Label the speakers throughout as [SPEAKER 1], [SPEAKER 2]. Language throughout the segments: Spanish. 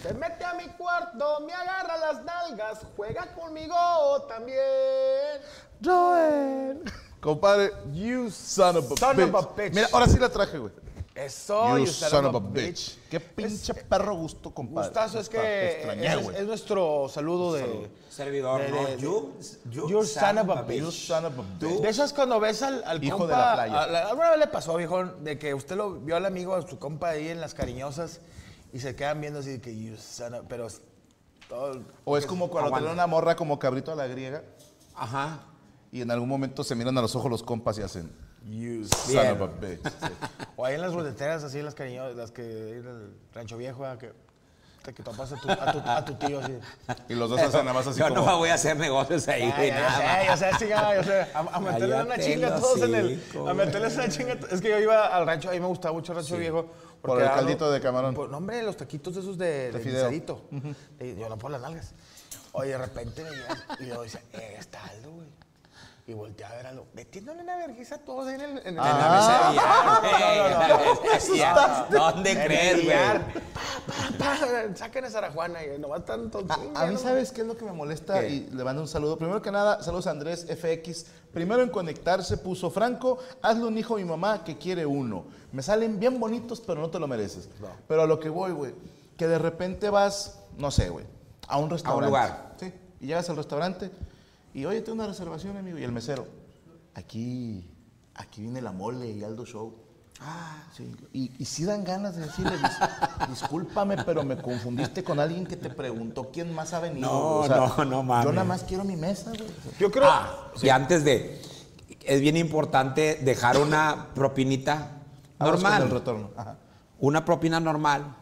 [SPEAKER 1] Se mete a mi cuarto, me agarra las nalgas, juega conmigo también. Joel.
[SPEAKER 2] Compadre, you son of a
[SPEAKER 1] Son
[SPEAKER 2] bitch.
[SPEAKER 1] of a bitch.
[SPEAKER 2] Mira, ahora sí la traje, güey.
[SPEAKER 1] Eso,
[SPEAKER 2] you
[SPEAKER 1] you son, of a bitch. eh,
[SPEAKER 2] Qué pinche perro gusto, compadre.
[SPEAKER 1] Gustazo, es que
[SPEAKER 2] Hasta Te
[SPEAKER 1] es,
[SPEAKER 2] extrañé,
[SPEAKER 1] es-
[SPEAKER 2] güey.
[SPEAKER 1] es nuestro saludo de...
[SPEAKER 3] Servidor,
[SPEAKER 1] de-
[SPEAKER 3] no.
[SPEAKER 1] de-
[SPEAKER 3] you, you,
[SPEAKER 1] You're
[SPEAKER 3] son
[SPEAKER 1] son of a bitch.
[SPEAKER 2] You son of a bitch.
[SPEAKER 1] De esas cuando ves al, al
[SPEAKER 2] Hijo
[SPEAKER 1] compa,
[SPEAKER 2] de la playa.
[SPEAKER 1] a alguna vez le pasó, viejo, de que usted lo vio al amigo, a su compa ahí en las cariñosas y se quedan viendo así de que you son of- Pero es todo...
[SPEAKER 2] O es como cuando tienen una morra como cabrito a la griega
[SPEAKER 3] Ajá.
[SPEAKER 2] y en algún momento se miran a los ojos los compas y hacen
[SPEAKER 1] You
[SPEAKER 2] son of a bitch.
[SPEAKER 1] O ahí en las ruleteras, así en las cariñosas, las que en el rancho viejo, ah, que, te- que topas a tu, a tu- a tu tío así.
[SPEAKER 2] Y los dos hacen nada más así
[SPEAKER 3] Yo
[SPEAKER 2] como...
[SPEAKER 3] no voy a hacer negocios ahí,
[SPEAKER 1] Ay,
[SPEAKER 3] güey,
[SPEAKER 1] ya
[SPEAKER 3] nada.
[SPEAKER 1] sé, ya sé, sí, ya, ya sé. A, a meterle una
[SPEAKER 3] Cállate
[SPEAKER 1] chinga a
[SPEAKER 3] el
[SPEAKER 1] todos en el.
[SPEAKER 3] hocico,
[SPEAKER 1] A meterles una chinga. a to- Es que yo iba al rancho, a mí me gustaba mucho el rancho viejo. porque
[SPEAKER 2] el
[SPEAKER 1] era lo-
[SPEAKER 2] caldito de camarón.
[SPEAKER 1] Por, no, hombre, los taquitos esos de, de
[SPEAKER 2] fideo.
[SPEAKER 1] guisadito. Y Yo no por las nalgas. Oye, de repente me llegan y yo dice, eh, está Aldo, güey. Y volteaba a ver a Aldo. Metiéndole una vergüenza a todos ahí en el. En
[SPEAKER 2] Ah.
[SPEAKER 1] el
[SPEAKER 3] En la mesa de billar, güey, en la mesa de billar. ¿Dónde
[SPEAKER 1] En el
[SPEAKER 3] crees,
[SPEAKER 1] billar.
[SPEAKER 3] güey?
[SPEAKER 1] Pa, pa, Saquen a Sarajuana y nomás tanto.
[SPEAKER 2] A, a mí, ¿sabes qué es lo que me molesta?
[SPEAKER 3] ¿Qué?
[SPEAKER 2] Y le mando un saludo. Primero que nada, saludos a Andrés FX. Primero en conectarse puso Franco, hazle un hijo a mi mamá que quiere uno. Me salen bien bonitos, pero no te lo mereces. Pero a lo que voy, güey, que de repente vas, no sé, güey, a un restaurante.
[SPEAKER 3] lugar.
[SPEAKER 2] Sí. Y llegas al restaurante y, oye, tengo una reservación, amigo. Y el mesero, aquí, aquí viene la mole y Aldo Show. Sí, Y, y sí dan ganas de decirle, dis- discúlpame, pero me confundiste con alguien que te preguntó quién más ha venido.
[SPEAKER 3] No,
[SPEAKER 2] güey.
[SPEAKER 3] no, no mames.
[SPEAKER 2] Yo nada más quiero mi mesa, güey.
[SPEAKER 1] Yo creo.
[SPEAKER 3] Ah, y antes de. Es bien importante dejar una propinita
[SPEAKER 2] Vamos con El
[SPEAKER 3] normal.
[SPEAKER 2] retorno. Ajá.
[SPEAKER 3] Una propina normal.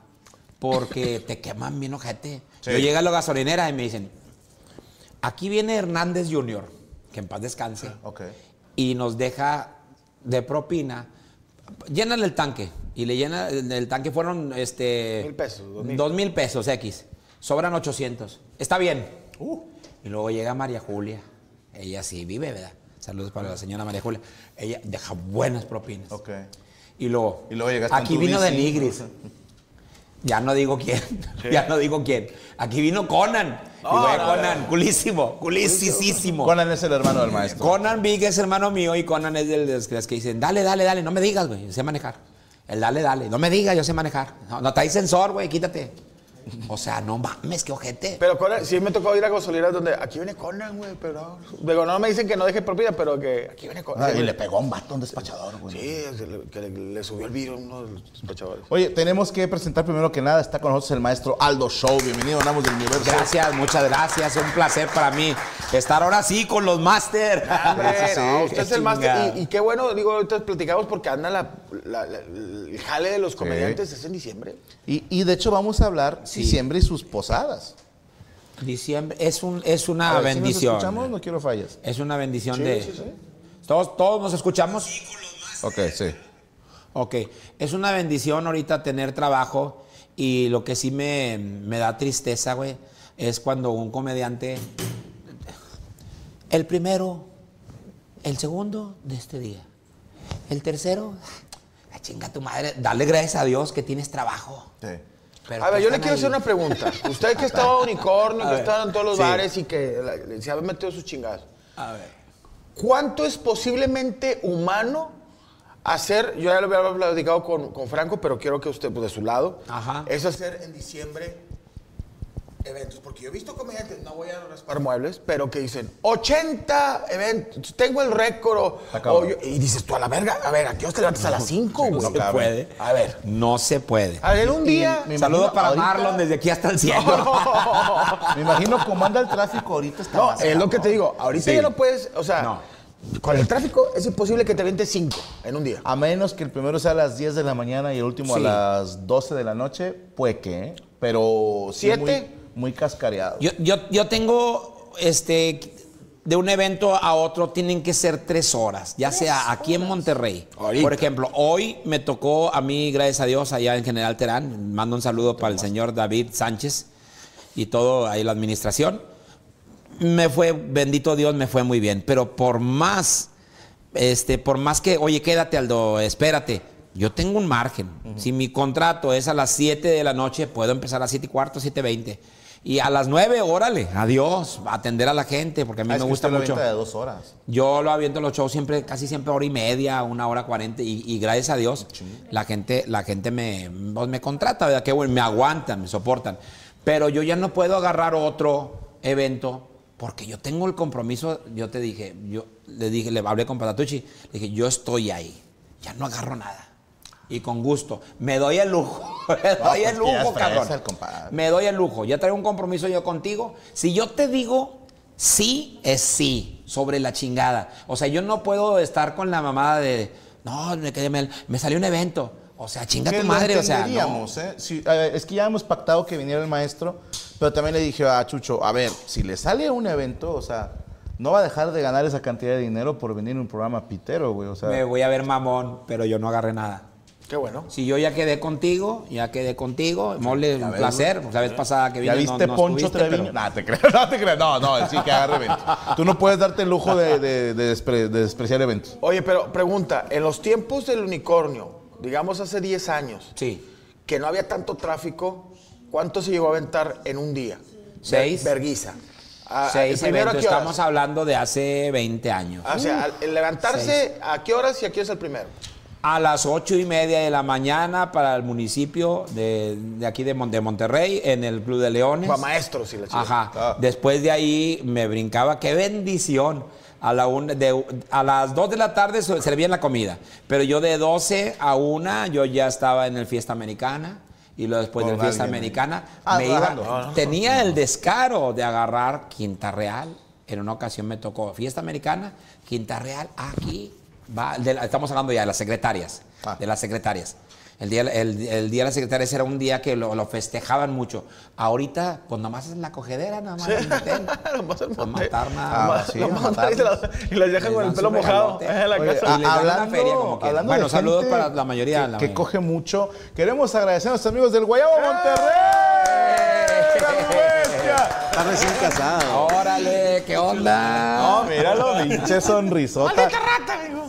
[SPEAKER 3] Porque te queman bien ojete.
[SPEAKER 2] Sí.
[SPEAKER 3] Yo llego a la gasolinera y me dicen: Aquí viene Hernández Jr., que en paz descanse.
[SPEAKER 2] Ok.
[SPEAKER 3] y nos deja de propina. Llenan el tanque. Y le llena el, el tanque fueron este.
[SPEAKER 1] Mil pesos, dos
[SPEAKER 3] Dos
[SPEAKER 1] mil.
[SPEAKER 3] mil, pesos X. Sobran 800. Está bien.
[SPEAKER 2] Uh.
[SPEAKER 3] Y luego llega María Julia. Ella sí vive, ¿verdad? Saludos para la señora María Julia. Ella deja buenas propinas.
[SPEAKER 2] Ok.
[SPEAKER 3] Y luego.
[SPEAKER 2] Y luego llegas con
[SPEAKER 3] Aquí
[SPEAKER 2] tu
[SPEAKER 3] vino de
[SPEAKER 2] bici.
[SPEAKER 3] Nigris. Ya no digo quién. Ya no digo quién. Aquí vino Conan. y güey, Conan, culísimo, culisísimo.
[SPEAKER 2] Conan es el hermano del maestro.
[SPEAKER 3] Conan Big es hermano mío y Conan es de los de los que dicen, dale, dale, dale, no me digas, güey, yo sé manejar. El dale, dale, no me digas, yo sé manejar. No, no traes sensor, güey, quítate. O sea, no mames, qué ojete.
[SPEAKER 1] Pero Conan, sí me tocó ir a gasolineras donde aquí viene Conan, güey, pero no. Digo, no me dicen que no deje propina, pero que aquí viene Conan.
[SPEAKER 2] Ah, y le pegó a un vato, a un despachador, güey.
[SPEAKER 1] Sí, se le- que le, le subió el vidrio a uno de los despachadores.
[SPEAKER 2] Oye, tenemos que presentar primero que nada, está con nosotros el maestro Aldo Show. Bienvenido, Namos del Universo.
[SPEAKER 3] Gracias, muchas gracias, un placer para mí estar ahora sí con los máster.
[SPEAKER 1] Ah, Hombre,
[SPEAKER 3] Eso sí,
[SPEAKER 1] no, usted
[SPEAKER 3] qué
[SPEAKER 1] es el máster.
[SPEAKER 3] chingada.
[SPEAKER 1] Y, y qué bueno, digo, ahorita platicamos porque anda la, la- la- el jale de los comediantes, es en diciembre.
[SPEAKER 2] Y, y de hecho vamos a hablar diciembre y sus posadas.
[SPEAKER 3] Diciembre es, un, es una
[SPEAKER 2] A ver, si nos
[SPEAKER 3] bendición.
[SPEAKER 2] escuchamos, no quiero fallas.
[SPEAKER 3] es una bendición de... ¿Todos, ¿Todos nos escuchamos?
[SPEAKER 2] Ok, sí.
[SPEAKER 3] Ok, es una bendición ahorita tener trabajo y lo que sí me, me da tristeza, güey, es cuando un comediante, el primero, el segundo de este día, el tercero, la chinga tu madre, dale gracias a Dios que tienes trabajo.
[SPEAKER 2] Sí.
[SPEAKER 3] Pero
[SPEAKER 1] A ver,
[SPEAKER 3] pues
[SPEAKER 1] yo le
[SPEAKER 3] están
[SPEAKER 1] quiero
[SPEAKER 3] ahí.
[SPEAKER 1] hacer una pregunta. Usted que estaba unicornio,
[SPEAKER 3] A
[SPEAKER 1] que
[SPEAKER 3] ver,
[SPEAKER 1] estaba en todos los
[SPEAKER 3] sí.
[SPEAKER 1] bares y que la- se había metido sus chingadas.
[SPEAKER 3] A ver.
[SPEAKER 1] ¿Cuánto es posiblemente humano hacer, yo ya lo había platicado con, con Franco, pero quiero que usted, pues de su lado,
[SPEAKER 3] Ajá.
[SPEAKER 1] es hacer en diciembre eventos. Porque yo he visto comediantes, no voy a raspar muebles, pero que dicen 80 eventos, tengo el récord. o-
[SPEAKER 2] cabrón.
[SPEAKER 1] o yo- y dices tú a la verga, a ver, ¿a qué hora te levantas a las 5,
[SPEAKER 3] No
[SPEAKER 1] güey?
[SPEAKER 3] se puede.
[SPEAKER 1] A ver,
[SPEAKER 3] No se puede.
[SPEAKER 1] a ver, un día.
[SPEAKER 2] me-
[SPEAKER 3] Saludos
[SPEAKER 2] imagino
[SPEAKER 3] para
[SPEAKER 2] ahorita-
[SPEAKER 3] Marlon desde aquí hasta el cielo.
[SPEAKER 2] Me imagino cómo anda el tráfico ahorita. Está
[SPEAKER 1] No,
[SPEAKER 2] más
[SPEAKER 1] es lo que te
[SPEAKER 2] cabrón.
[SPEAKER 1] digo. Ahorita
[SPEAKER 3] Sí.
[SPEAKER 1] ya no puedes, o sea,
[SPEAKER 3] No.
[SPEAKER 1] con el tráfico es imposible que te ventes cinco en un día.
[SPEAKER 2] A menos que el primero sea a las 10 de la mañana y el último
[SPEAKER 3] Sí.
[SPEAKER 2] a las 12 de la noche, pues que, ¿eh? Pero sí
[SPEAKER 1] ¿Siete?
[SPEAKER 2] muy, muy cascareado.
[SPEAKER 3] Yo, yo- yo tengo, este, de un evento a otro tienen que ser tres horas, ya sea aquí en Monterrey.
[SPEAKER 1] Ahorita.
[SPEAKER 3] Por ejemplo, hoy me tocó a mí, gracias a Dios, allá en General Terán. Mando un saludo para el señor David Sánchez y todo ahí la administración. Me fue, bendito Dios, me fue muy bien. Pero por más, este, por más que, oye, quédate Aldo, espérate. Yo tengo un margen. Si mi contrato es a las 7 de la noche, puedo empezar a las 7 y cuarto, 7.20. Y a las 9, órale, adiós, atender a la gente, porque a mí
[SPEAKER 2] Ah, es
[SPEAKER 3] me
[SPEAKER 2] que
[SPEAKER 3] gusta
[SPEAKER 2] usted lo
[SPEAKER 3] mucho.
[SPEAKER 2] avienta de dos horas.
[SPEAKER 3] Yo lo aviento los shows siempre, casi siempre hora y media, una hora cuarenta, y, y gracias a Dios, la gente, la gente me, pues, me contrata, ¿verdad? Qué bueno, me aguantan, me soportan. Pero yo ya no puedo agarrar otro evento porque yo tengo el compromiso, yo te dije, yo le dije, le hablé con Patatucci, le dije, yo estoy ahí, ya no agarro nada. Y con gusto, me doy el lujo, me
[SPEAKER 2] No, pues,
[SPEAKER 3] doy el
[SPEAKER 2] que ya
[SPEAKER 3] lujo,
[SPEAKER 2] es fresa
[SPEAKER 3] cabrón.
[SPEAKER 2] el compadre.
[SPEAKER 3] Me doy el lujo. Ya traigo un compromiso yo contigo. Si yo te digo sí, es sí, sobre la chingada. O sea, yo no puedo estar con la mamada de, no, me, quedé mal, me salió un evento. O sea, chinga
[SPEAKER 2] Que
[SPEAKER 3] tu
[SPEAKER 2] lo
[SPEAKER 3] madre, o sea, no.
[SPEAKER 2] entenderíamos, ¿eh? Sí, eh, es que ya hemos pactado que viniera el maestro, pero también le dije a Chucho, a ver, si le sale un evento, o sea, no va a dejar de ganar esa cantidad de dinero por venir a un programa pitero, güey, o sea.
[SPEAKER 3] me voy a ver mamón, pero yo no agarré nada.
[SPEAKER 1] Qué bueno.
[SPEAKER 3] Si yo ya quedé contigo, ya quedé contigo, mole, un placer. La vez pasada que
[SPEAKER 2] ¿Ya
[SPEAKER 3] vine no-
[SPEAKER 2] viste
[SPEAKER 3] no
[SPEAKER 2] Poncho
[SPEAKER 3] estuviste,
[SPEAKER 2] Treviño? Ah, No,
[SPEAKER 3] pero-
[SPEAKER 2] te creas, no te creas. No, no, sí que agarre eventos. Tú no puedes darte el lujo de, de- de despre- de despreciar eventos.
[SPEAKER 1] Oye, pero pregunta, en los tiempos del unicornio, digamos hace 10 años,
[SPEAKER 3] Sí.
[SPEAKER 1] que no había tanto tráfico, ¿cuánto se llegó a aventar en un día?
[SPEAKER 3] Seis.
[SPEAKER 1] Ver- Verguiza.
[SPEAKER 2] ah,
[SPEAKER 1] A- a-
[SPEAKER 3] Seis
[SPEAKER 1] primero, ¿a
[SPEAKER 3] eventos.
[SPEAKER 1] qué horas?
[SPEAKER 3] Estamos hablando de hace 20 años.
[SPEAKER 1] O sea, al- el levantarse, ¿a qué horas y a qué es el primero?
[SPEAKER 3] a las ocho y media de la mañana para el municipio de, de aquí de, Mon- de Monterrey, en el Club de Leones.
[SPEAKER 1] Para maestros y la chica.
[SPEAKER 3] Ajá.
[SPEAKER 2] Ah.
[SPEAKER 3] Después de ahí me brincaba, qué bendición. A, la una- de- a las 2 de la tarde se- servían la comida, pero yo de 12 a 1 yo ya estaba en el Fiesta Americana y luego después de
[SPEAKER 2] Con
[SPEAKER 3] la Fiesta
[SPEAKER 2] alguien.
[SPEAKER 3] Americana
[SPEAKER 2] Ah,
[SPEAKER 3] me iba,
[SPEAKER 2] trabajando. Ah,
[SPEAKER 3] tenía el descaro de agarrar Quinta Real. En una ocasión me tocó Fiesta Americana, Quinta Real, aquí. Va, de la- estamos hablando ya de las secretarias.
[SPEAKER 2] Ah.
[SPEAKER 3] De las secretarias. El día, el, el día de las secretarias era un día que lo, lo festejaban mucho. Ahorita, pues nomás es la cogedera, nada más. el pues
[SPEAKER 1] Nomás
[SPEAKER 3] motel.
[SPEAKER 1] el
[SPEAKER 3] A
[SPEAKER 1] motel.
[SPEAKER 3] matar nada
[SPEAKER 2] Ah,
[SPEAKER 3] más.
[SPEAKER 2] sí,
[SPEAKER 1] Nomás
[SPEAKER 2] a
[SPEAKER 1] ahí se las- y las dejan
[SPEAKER 3] Les
[SPEAKER 1] con el
[SPEAKER 3] dan
[SPEAKER 1] pelo
[SPEAKER 3] su
[SPEAKER 1] mojado
[SPEAKER 3] regalote.
[SPEAKER 1] en la
[SPEAKER 2] Oye,
[SPEAKER 1] casa.
[SPEAKER 3] a- les dan una
[SPEAKER 2] hablando-
[SPEAKER 3] feria como quieran.
[SPEAKER 2] hablando
[SPEAKER 3] Bueno,
[SPEAKER 2] de
[SPEAKER 3] saludos
[SPEAKER 2] gente
[SPEAKER 3] para la
[SPEAKER 2] Que,
[SPEAKER 3] mayoría, la
[SPEAKER 2] que
[SPEAKER 3] mayoría. ¡Eh!
[SPEAKER 2] coge mucho. Queremos agradecer a nuestros amigos del Guayabo Monterrey. ¡La
[SPEAKER 4] Está recién casado.
[SPEAKER 3] Órale, ¿qué onda?
[SPEAKER 2] No, míralo, pinche sonrisota.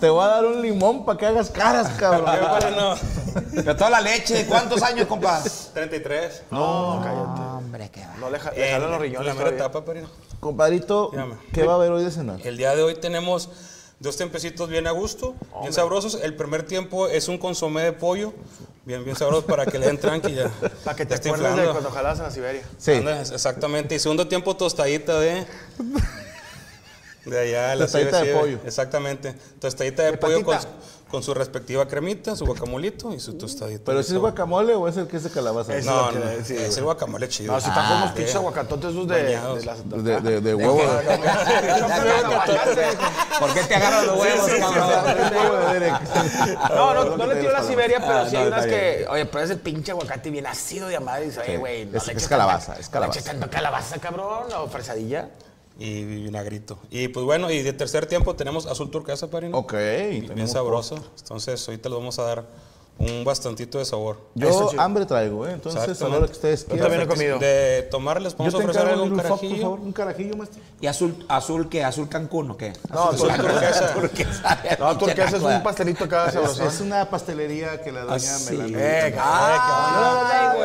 [SPEAKER 2] Te voy a dar un limón para que hagas caras, cabrón.
[SPEAKER 3] De toda la leche, ¿cuántos años, compas?
[SPEAKER 5] 33.
[SPEAKER 3] No, cállate. Hombre, qué va.
[SPEAKER 1] No, le, ja- le jalan los riñones.
[SPEAKER 5] La mera
[SPEAKER 1] todavía.
[SPEAKER 5] etapa, perino.
[SPEAKER 2] Compadrito, ¿qué va a haber hoy de cenar?
[SPEAKER 5] El día de hoy tenemos dos tiempecitos bien a gusto, bien sabrosos. El primer tiempo es un consomé de pollo, bien, bien sabroso para que le den tranqui ya.
[SPEAKER 1] Para que te
[SPEAKER 5] Ya estoy
[SPEAKER 1] acuerdes de
[SPEAKER 5] inflando.
[SPEAKER 1] cuando jalabas en la Siberia.
[SPEAKER 2] Sí.
[SPEAKER 5] Ándale, exactamente. Y segundo tiempo tostadita de... De allá, la
[SPEAKER 2] Tostadita
[SPEAKER 5] CBC,
[SPEAKER 2] de pollo.
[SPEAKER 5] Exactamente. Tostadita de,
[SPEAKER 1] De
[SPEAKER 5] pollo con,
[SPEAKER 1] patita.
[SPEAKER 5] con su respectiva cremita, su guacamolito y su tostadita.
[SPEAKER 2] ¿Pero
[SPEAKER 5] de
[SPEAKER 2] si es
[SPEAKER 5] sabor.
[SPEAKER 2] guacamole o es el que es de calabaza?
[SPEAKER 5] No, no, es el guacamole chido.
[SPEAKER 1] No, si están con unos
[SPEAKER 5] Ah,
[SPEAKER 1] pinches
[SPEAKER 5] sí.
[SPEAKER 1] aguacatotes esos de, de
[SPEAKER 5] Bañados.
[SPEAKER 1] las...
[SPEAKER 2] De, de- de huevo. de-
[SPEAKER 3] ¿Por qué te agarran los huevos, cabrón?
[SPEAKER 1] No, no, no le tiro la Siberia, pero
[SPEAKER 2] Ah,
[SPEAKER 1] sí
[SPEAKER 2] no,
[SPEAKER 1] hay
[SPEAKER 2] está
[SPEAKER 1] unas
[SPEAKER 2] bien.
[SPEAKER 1] que. Oye, pero es el pinche aguacate bien ácido de madre. Y dice, oye,
[SPEAKER 2] Sí,
[SPEAKER 1] güey, no
[SPEAKER 2] es-
[SPEAKER 1] le
[SPEAKER 2] es
[SPEAKER 1] eches
[SPEAKER 2] calabaza,
[SPEAKER 1] tanta- no
[SPEAKER 2] es
[SPEAKER 1] le
[SPEAKER 2] calabaza.
[SPEAKER 1] eches tanto calabaza, cabrón, o fresadilla.
[SPEAKER 5] Y vinagrito. Y pues bueno, y de tercer tiempo tenemos azul turquesa, Parino.
[SPEAKER 2] Ok.
[SPEAKER 5] Bien,
[SPEAKER 2] tenemos-
[SPEAKER 5] sabroso. Entonces, ahorita les vamos a dar un bastantito de sabor.
[SPEAKER 2] Yo hambre traigo, ¿eh? Entonces, a la hora que ustedes
[SPEAKER 5] Exactamente.
[SPEAKER 2] quieran.
[SPEAKER 1] también he comido.
[SPEAKER 5] De tomar, les
[SPEAKER 2] Yo
[SPEAKER 5] podemos
[SPEAKER 2] te
[SPEAKER 5] ofrecer
[SPEAKER 2] encargo
[SPEAKER 5] algo,
[SPEAKER 2] un
[SPEAKER 5] un
[SPEAKER 2] Lufac, por
[SPEAKER 5] carajillo.
[SPEAKER 2] favor. Un carajillo, maestro.
[SPEAKER 3] ¿Y azul, azul qué? ¿Azul Cancún o qué?
[SPEAKER 1] No,
[SPEAKER 3] azul,
[SPEAKER 1] turquesa.
[SPEAKER 3] turquesa.
[SPEAKER 1] No, turquesa es un
[SPEAKER 3] pastel.
[SPEAKER 1] pastelito acá
[SPEAKER 2] Es, es
[SPEAKER 1] sabroso.
[SPEAKER 2] una
[SPEAKER 3] Ah,
[SPEAKER 1] Ah,
[SPEAKER 2] pastelería que la doña me la...
[SPEAKER 1] Eh,
[SPEAKER 3] Ay,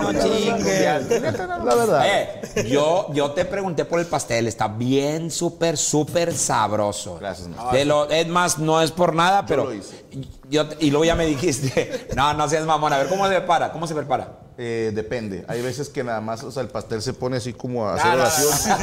[SPEAKER 3] güey, no chingues.
[SPEAKER 2] La verdad.
[SPEAKER 3] Eh, yo, yo te pregunté por el pastel, está bien, súper, súper sabroso.
[SPEAKER 2] Gracias, maestro.
[SPEAKER 3] De lo, es más, no es por nada, pero.
[SPEAKER 2] lo hice.
[SPEAKER 3] yo- y luego ya me dijiste, no, no seas mamón, a ver cómo se prepara, cómo se prepara.
[SPEAKER 2] Eh, depende. Hay veces que nada más, o sea, el pastel se pone así como a
[SPEAKER 1] Ah,
[SPEAKER 2] hacer
[SPEAKER 1] no,
[SPEAKER 2] oración.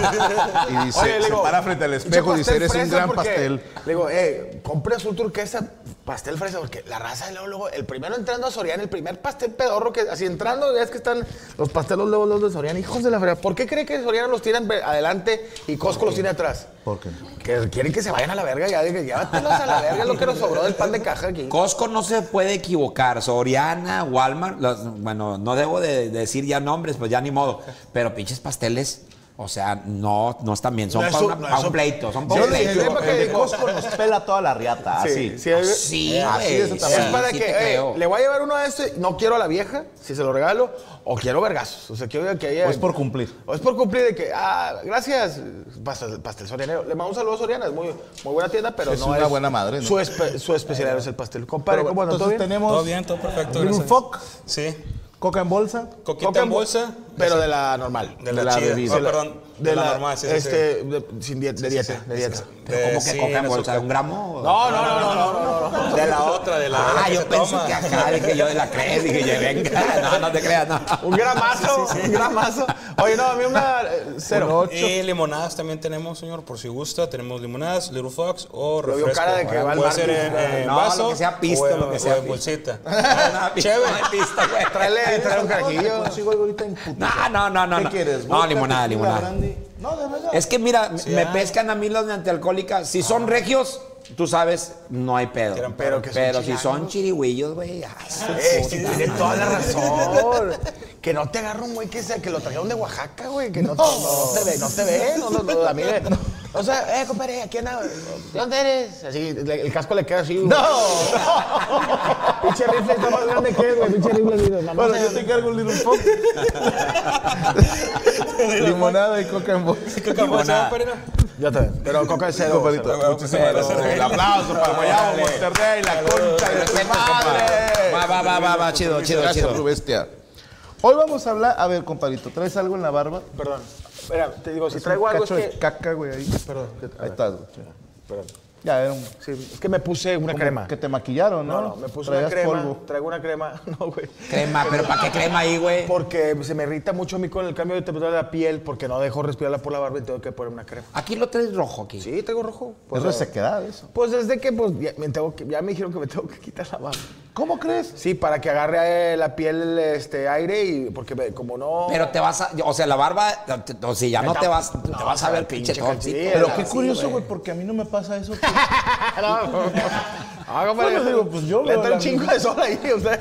[SPEAKER 2] Y dice,
[SPEAKER 1] Oye, le
[SPEAKER 2] se
[SPEAKER 1] digo,
[SPEAKER 2] para frente al
[SPEAKER 1] pinche
[SPEAKER 2] espejo y dice,
[SPEAKER 1] pastel
[SPEAKER 2] eres un
[SPEAKER 1] fresa
[SPEAKER 2] gran
[SPEAKER 1] porque-
[SPEAKER 2] pastel.
[SPEAKER 1] Le digo, eh, compré azul turquesa, pastel fresa, porque la raza de luego, luego, el primero entrando a Soriana, el primer pastel pedorro que, así entrando, ya es que están los pastelos luego, luego de Soriana, hijos de la fregada. ¿Por qué cree que Soriana los tiran pe- adelante y Costco los tiene atrás?
[SPEAKER 2] ¿Por qué?
[SPEAKER 1] Que quieren que se vayan a la verga, ya, de que llévatelos a la verga, es lo que nos sobró del pan de caja aquí.
[SPEAKER 3] Costco no se puede equivocar, Soriana, Walmart, las- bueno, no debo de decir ya nombres, pues ya ni modo, pero pinches pasteles, o sea, no, no están bien, son
[SPEAKER 1] No es
[SPEAKER 3] para
[SPEAKER 1] un-
[SPEAKER 3] una-
[SPEAKER 1] no
[SPEAKER 3] para
[SPEAKER 1] es
[SPEAKER 3] un
[SPEAKER 1] un-
[SPEAKER 3] pleito, son
[SPEAKER 1] Yo
[SPEAKER 3] para un
[SPEAKER 1] le
[SPEAKER 3] pleito.
[SPEAKER 1] digo,
[SPEAKER 2] El de Costco nos pela toda la riata, así.
[SPEAKER 1] sí, hay-
[SPEAKER 3] Sí,
[SPEAKER 2] así
[SPEAKER 3] güey,
[SPEAKER 2] de ese
[SPEAKER 3] sí,
[SPEAKER 2] tamaño.
[SPEAKER 1] es para
[SPEAKER 3] sí
[SPEAKER 1] que
[SPEAKER 3] te
[SPEAKER 1] eh,
[SPEAKER 3] creo.
[SPEAKER 1] le voy a llevar uno a este, no quiero a la vieja, si se lo regalo, o quiero vergazos. O sea, quiero que haya.
[SPEAKER 2] O es Pues, por cumplir.
[SPEAKER 1] O es por cumplir de que, ah, gracias, pastel, pastel sorianero. Le mando un saludo a Soriana, es muy, muy buena tienda, pero
[SPEAKER 2] Es
[SPEAKER 1] no
[SPEAKER 2] una
[SPEAKER 1] es.
[SPEAKER 2] buena madre, ¿no?
[SPEAKER 1] Su, espe- su especialidad es el pastel. Compadre,
[SPEAKER 2] Pero
[SPEAKER 1] ¿cómo
[SPEAKER 2] bueno,
[SPEAKER 1] anda? ¿Todo bien?
[SPEAKER 2] entonces tenemos
[SPEAKER 5] Todo bien, todo perfecto.
[SPEAKER 2] Green
[SPEAKER 5] gracias.
[SPEAKER 2] Foc,
[SPEAKER 5] Sí.
[SPEAKER 2] coca en bolsa.
[SPEAKER 5] Coquita
[SPEAKER 1] Coca
[SPEAKER 5] en bolsa.
[SPEAKER 1] Pero de la normal.
[SPEAKER 5] De la chida.
[SPEAKER 1] bebida.
[SPEAKER 5] Oh, perdón, de la normal, sí, sí,
[SPEAKER 1] este, de- sin dieta, de dieta, de dieta.
[SPEAKER 3] Pero ¿Cómo que
[SPEAKER 5] sí,
[SPEAKER 3] coca en bolsa?
[SPEAKER 5] azúcar.
[SPEAKER 3] ¿Un gramo?
[SPEAKER 1] No, no, no, no, no, no, no.
[SPEAKER 3] De la
[SPEAKER 5] otra, de la- de la
[SPEAKER 3] Ah,
[SPEAKER 5] que
[SPEAKER 3] yo
[SPEAKER 5] se
[SPEAKER 3] pensé
[SPEAKER 5] toma.
[SPEAKER 3] que acá, dije yo de la crees, dije yo, venga. No, no te creas, no.
[SPEAKER 1] Un gramazo, un gramazo. Oye, no, a mí una eh, cero.
[SPEAKER 5] Y limonadas también tenemos, señor, por si gusta. Tenemos limonadas, Little Fox o
[SPEAKER 1] Lo vio
[SPEAKER 5] refresco.
[SPEAKER 1] cara de que va al
[SPEAKER 5] Puede
[SPEAKER 1] bar,
[SPEAKER 5] ser en,
[SPEAKER 1] cara.
[SPEAKER 5] en
[SPEAKER 3] No,
[SPEAKER 5] vaso
[SPEAKER 3] lo que sea pisto,
[SPEAKER 5] o en-
[SPEAKER 3] lo que sea
[SPEAKER 5] o en
[SPEAKER 3] pisto.
[SPEAKER 5] bolsita.
[SPEAKER 3] Una pista,
[SPEAKER 5] Chévere.
[SPEAKER 3] una pista, güey.
[SPEAKER 1] Tráele, tráele un carajillo.
[SPEAKER 2] Consigo algo ahorita en putiza.
[SPEAKER 3] No, no, no, no,
[SPEAKER 2] ¿Qué
[SPEAKER 3] no.
[SPEAKER 2] quieres?
[SPEAKER 3] No,
[SPEAKER 2] Vodka,
[SPEAKER 3] limonada,
[SPEAKER 2] tequila,
[SPEAKER 3] limonada.
[SPEAKER 2] brandy? No, de verdad.
[SPEAKER 3] Es que mira,
[SPEAKER 2] ah.
[SPEAKER 3] me pescan a mí los de antialcohólicas. Si son regios, tú sabes, no hay pedo.
[SPEAKER 5] Eran
[SPEAKER 3] Pero,
[SPEAKER 5] pero
[SPEAKER 1] que son
[SPEAKER 3] si son chirigüillos, güey. ay, su
[SPEAKER 1] Eh,
[SPEAKER 3] puta
[SPEAKER 1] sí, tiene
[SPEAKER 3] madre.
[SPEAKER 1] toda la razón. Que no te agarra un güey que, sea, que lo trajeron de Oaxaca, güey. Que no, te- no te ve, no te ve. No, no, no, a mí me- O sea, eh, compadre, aquí anda. ¿De dónde eres? Así, le- el casco le queda así. ¡No! Pinche rifle está más grande que él, güey. Pinche rifle. así, mamá.
[SPEAKER 2] Bueno, yo te encargo un Little Fox. Limonada y coca en bolsa.
[SPEAKER 5] ¿Qué acabó de
[SPEAKER 3] Limonada.
[SPEAKER 5] hacer, Pereira?
[SPEAKER 1] Yo también. Pero coca es cero.
[SPEAKER 2] Compadrito,
[SPEAKER 1] cero.
[SPEAKER 2] muchísimas gracias. El aplauso para Guayabo, Monterrey, la concha de tu madre.
[SPEAKER 3] Va, va, va, va, va, chido, chido,
[SPEAKER 2] Gracias,
[SPEAKER 3] chido.
[SPEAKER 2] tu bestia. Hoy vamos a hablar, a ver, compadrito, ¿traes algo en la barba?
[SPEAKER 1] Perdón. Espera, te digo, si traigo algo es
[SPEAKER 2] Cacho de
[SPEAKER 1] que.
[SPEAKER 2] caca, güey, ahí.
[SPEAKER 1] Perdón.
[SPEAKER 2] Ahí estás, güey. Ya, era un...
[SPEAKER 1] Sí, es que me puse una
[SPEAKER 2] como
[SPEAKER 1] crema.
[SPEAKER 2] Que te maquillaron, ¿no?
[SPEAKER 1] No, no, me puse
[SPEAKER 2] Traías
[SPEAKER 1] una crema.
[SPEAKER 2] polvo.
[SPEAKER 1] Traigo una crema. No, güey.
[SPEAKER 3] Crema, pero ¿para qué crema ahí, güey?
[SPEAKER 1] Porque se me irrita mucho a mí con el cambio de temperatura de la piel porque no dejo respirarla por la barba y tengo que poner una crema.
[SPEAKER 3] Aquí lo traes rojo, aquí.
[SPEAKER 1] Sí, tengo rojo.
[SPEAKER 2] Es resequedad eso.
[SPEAKER 1] Pues desde que pues, ya, me tengo que- ya me dijeron que me tengo que quitar la barba.
[SPEAKER 2] ¿Cómo crees?
[SPEAKER 1] Sí, para que agarre eh, la piel este aire y porque me- como no...
[SPEAKER 3] Pero te vas a, o sea, la barba, o sea, ya no te vas, te vas a ver pinche toncito.
[SPEAKER 1] cachirilla.
[SPEAKER 2] Pero
[SPEAKER 1] Ah,
[SPEAKER 2] qué
[SPEAKER 1] sí,
[SPEAKER 2] curioso, güey, porque a mí no me pasa eso.
[SPEAKER 1] Ah, compadre,
[SPEAKER 2] Bueno, digo, pues yo
[SPEAKER 1] le
[SPEAKER 2] veo
[SPEAKER 1] entra
[SPEAKER 2] la-
[SPEAKER 1] un chingo de sol ahí, o sea.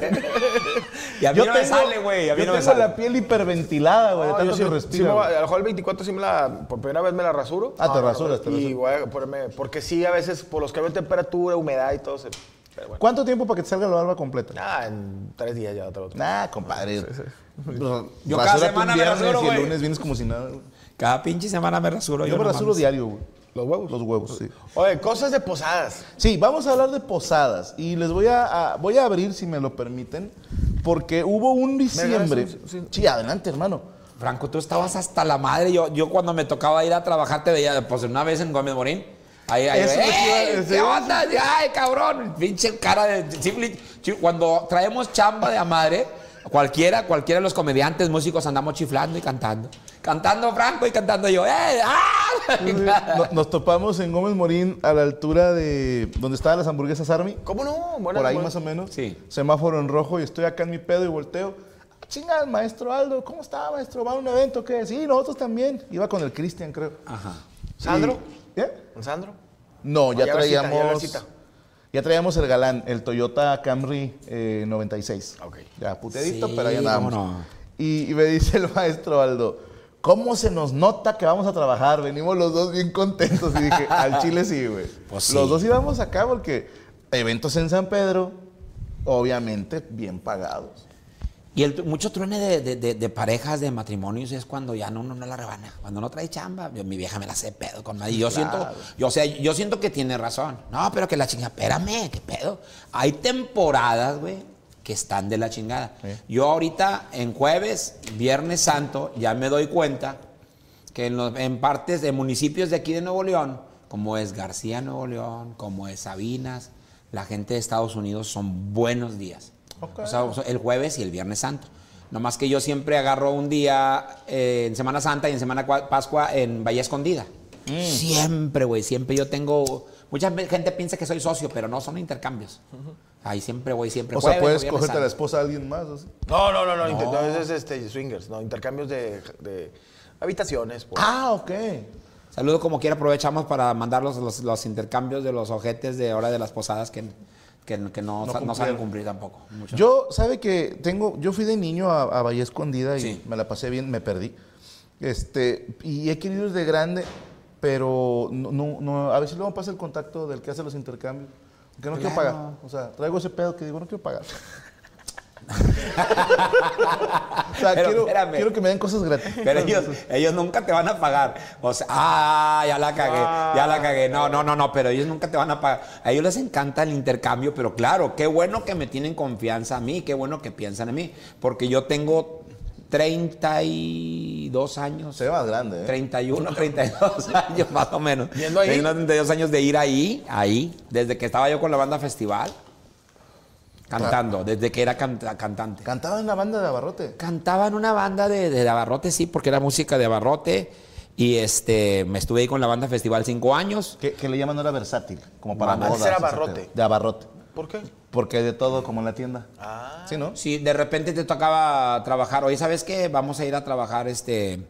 [SPEAKER 3] Y a mí no me sale, güey, a mí
[SPEAKER 2] yo
[SPEAKER 3] no me
[SPEAKER 2] tengo
[SPEAKER 3] sale.
[SPEAKER 2] la piel hiperventilada, güey, de
[SPEAKER 1] No, yo
[SPEAKER 2] tanto
[SPEAKER 1] sí-
[SPEAKER 2] que
[SPEAKER 1] sí me
[SPEAKER 2] respiro.
[SPEAKER 1] voy a a lo mejor el 24 sí me la... Por primera vez me la rasuro.
[SPEAKER 2] Ah, te rasuras, te
[SPEAKER 1] Y
[SPEAKER 2] rasuras.
[SPEAKER 1] voy a ponerme... Porque sí, a veces por los cambios de temperatura, humedad y todo se... Pero bueno.
[SPEAKER 2] ¿Cuánto tiempo para que te salga la barba completa?
[SPEAKER 1] Ah, en tres días ya te lo tengo.
[SPEAKER 2] Nah, compadre.
[SPEAKER 3] Yo cada
[SPEAKER 2] Rasúrate un
[SPEAKER 3] semana me
[SPEAKER 2] viernes Y
[SPEAKER 3] rasuro,
[SPEAKER 2] el
[SPEAKER 3] güey.
[SPEAKER 2] lunes vienes como si nada. güey.
[SPEAKER 3] Cada pinche semana me rasuro.
[SPEAKER 2] Yo,
[SPEAKER 3] yo
[SPEAKER 2] me
[SPEAKER 3] no
[SPEAKER 2] rasuro
[SPEAKER 3] mames.
[SPEAKER 2] diario, güey.
[SPEAKER 1] ¿Los huevos?
[SPEAKER 2] Los huevos, sí.
[SPEAKER 1] Oye, cosas de posadas.
[SPEAKER 2] Sí, vamos a hablar de posadas. Y les voy a, a- voy a abrir, si me lo permiten, porque hubo un diciembre.
[SPEAKER 1] das un- sí.
[SPEAKER 2] Sí, adelante, hermano.
[SPEAKER 3] Franco, tú estabas hasta la madre. Yo, yo cuando me tocaba ir a trabajar te veía, pues una vez en Gómez Morín. Ahí, ahí,
[SPEAKER 2] Eso te
[SPEAKER 3] ¡Ey!
[SPEAKER 2] iba a
[SPEAKER 3] ¿Qué
[SPEAKER 2] decir.
[SPEAKER 3] onda? Ay, cabrón, pinche cara de simple- chi- Cuando traemos chamba de a madre, cualquiera, cualquiera de los comediantes, músicos, andamos chiflando y cantando. Cantando Franco y cantando yo. ¡Eh! ¡Ah!
[SPEAKER 2] No- Nos topamos en Gómez Morín a la altura de donde estaban las hamburguesas Army.
[SPEAKER 1] ¿Cómo no? Buena-
[SPEAKER 2] Por ahí
[SPEAKER 1] buena-
[SPEAKER 2] más o menos.
[SPEAKER 3] Sí.
[SPEAKER 2] Semáforo en rojo y estoy acá en mi pedo y volteo. Ah, Chinga, el maestro Aldo, ¿cómo está, maestro? ¿Va a un evento? o ¿Qué? Sí, nosotros también. Iba con el Cristian, creo.
[SPEAKER 3] Ajá.
[SPEAKER 1] ¿Sandro?
[SPEAKER 2] Y- ¿Eh?
[SPEAKER 1] ¿Un Sandro?
[SPEAKER 2] No, ya
[SPEAKER 1] ya la cita, ya la
[SPEAKER 2] traíamos.
[SPEAKER 1] cita.
[SPEAKER 2] ya traíamos el galán, el Toyota Camry eh, 96.
[SPEAKER 1] Ok.
[SPEAKER 2] Ya puteadito,
[SPEAKER 3] Sí,
[SPEAKER 2] pero ahí andábamos.
[SPEAKER 3] cómo no.
[SPEAKER 2] Y, y me dice el maestro Aldo, ¿cómo se nos nota que vamos a trabajar? Venimos los dos bien contentos. Y dije, al chile sí, güey.
[SPEAKER 3] Pues sí.
[SPEAKER 2] Los dos íbamos acá porque eventos en San Pedro, obviamente bien pagados.
[SPEAKER 3] Y el, mucho truene de, de- de- de parejas, de matrimonios, es cuando ya no, no, no la rebana. Cuando no trae chamba, yo- mi vieja me la hace pedo con madre. Y yo siento, yo, o sea, yo siento que tiene razón. No, pero que la chinga, espérame, qué pedo. Hay temporadas, güey, que están de la chingada. Yo ahorita en jueves, Viernes Santo, ya me doy cuenta que en, los- en partes de municipios de aquí de Nuevo León, como es García Nuevo León, como es Sabinas, la gente de Estados Unidos son buenos días. O sea, o sea, el jueves y el Viernes Santo. Nomás que yo siempre agarro un día eh, en Semana Santa y en Semana Cua- Pascua en Bahía Escondida. Siempre, güey, siempre yo tengo... Mucha ve- gente piensa que soy socio, pero no, son intercambios. Ahí siempre, güey, siempre.
[SPEAKER 2] O sea,
[SPEAKER 3] jueves
[SPEAKER 2] puedes
[SPEAKER 3] Viernes
[SPEAKER 2] cogerte a la
[SPEAKER 3] Santo.
[SPEAKER 2] esposa de alguien más. o sea.
[SPEAKER 1] No, no, no, no, inter- no, es, es, este, swingers, no, intercambios de, de habitaciones. pues.
[SPEAKER 2] Ah, ok.
[SPEAKER 3] Saludo como quiera, aprovechamos para mandar los, los- los intercambios de los ojetes de hora de las posadas que, que, que no, sa- no
[SPEAKER 2] cumplieron.
[SPEAKER 3] saben cumplir tampoco. Mucho.
[SPEAKER 2] Yo, ¿sabe que tengo? Yo fui de niño a, a Bahía Escondida y
[SPEAKER 3] Sí.
[SPEAKER 2] me la pasé bien, me perdí. Este, y he querido ir de grande, pero no, no, no- a veces luego me pasa el contacto del que hace los intercambios. Que no quiero
[SPEAKER 3] Claro.
[SPEAKER 2] pagar. O sea, traigo ese pedo que digo, no quiero pagar. o sea,
[SPEAKER 3] Pero
[SPEAKER 2] quiero,
[SPEAKER 3] espérame.
[SPEAKER 2] quiero que me den cosas gratis.
[SPEAKER 3] Pero ellos, ellos nunca te van a pagar. O sea, ah, ya la cagué, ya la cagué. No, no, no, no, pero ellos nunca te van a pagar. A ellos les encanta el intercambio, pero claro, qué bueno que me tienen confianza a mí, qué bueno que piensan en mí, porque yo tengo 32 años.
[SPEAKER 2] Se ve más grande, ¿eh?
[SPEAKER 3] 31, 32 años más o menos.
[SPEAKER 1] ¿Yendo ahí?
[SPEAKER 3] Tengo 32 años de ir ahí, ahí, desde que estaba yo con la banda Festival, cantando, desde que era canta- cantante.
[SPEAKER 2] Cantaba en la banda de Abarrote.
[SPEAKER 3] Cantaba en una banda de, de Abarrote, sí, porque era música de Abarrote. Y este, me estuve ahí con la banda Festival cinco años.
[SPEAKER 2] Que, que le llaman ahora versátil, como para
[SPEAKER 1] Mamá,
[SPEAKER 2] bodas.
[SPEAKER 1] ese era
[SPEAKER 2] ese
[SPEAKER 1] abarrote.
[SPEAKER 2] pedo. De abarrote.
[SPEAKER 1] ¿Por qué?
[SPEAKER 2] Porque hay de todo, como en la tienda. Ah. ¿Sí, no?
[SPEAKER 3] Sí, de repente te tocaba trabajar. Oye, ¿sabes qué? Vamos a ir a trabajar, este...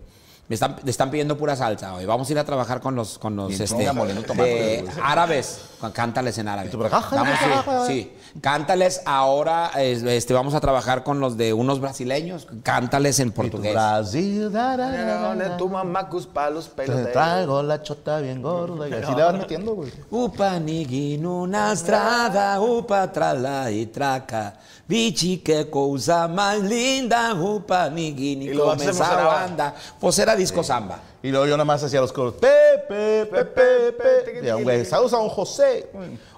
[SPEAKER 3] Me están, me están pidiendo pura salsa hoy. Vamos a ir a trabajar con los, con los
[SPEAKER 2] Y
[SPEAKER 3] este,
[SPEAKER 2] ponga molino tomate,
[SPEAKER 3] de
[SPEAKER 2] güey.
[SPEAKER 3] árabes. Con- Cántales en árabe.
[SPEAKER 2] Y tú, pero, ajá,
[SPEAKER 3] Vamos a ir,
[SPEAKER 2] ajá.
[SPEAKER 3] sí. Cántales ahora, es- este, vamos a trabajar con los de unos brasileños. Cántales en
[SPEAKER 2] Y tú,
[SPEAKER 3] portugués.
[SPEAKER 2] Brasil, da, da, da, da, da.
[SPEAKER 1] Tu mamá cuspa los
[SPEAKER 2] Te
[SPEAKER 1] pelos.
[SPEAKER 2] traigo la chota bien gorda. Y así le vas metiendo, güey.
[SPEAKER 3] Upa una estrada, upa trala y traca. Bichi, qué cosa más linda, upa
[SPEAKER 1] Y
[SPEAKER 3] nigini,
[SPEAKER 1] lo
[SPEAKER 3] come
[SPEAKER 1] hacemos
[SPEAKER 3] esa
[SPEAKER 1] a la
[SPEAKER 3] banda. Pues era disco samba.
[SPEAKER 2] Y luego yo nada más hacía los coros. Pepe, Pepe, Pepe. Y a un güey, saludos a don José.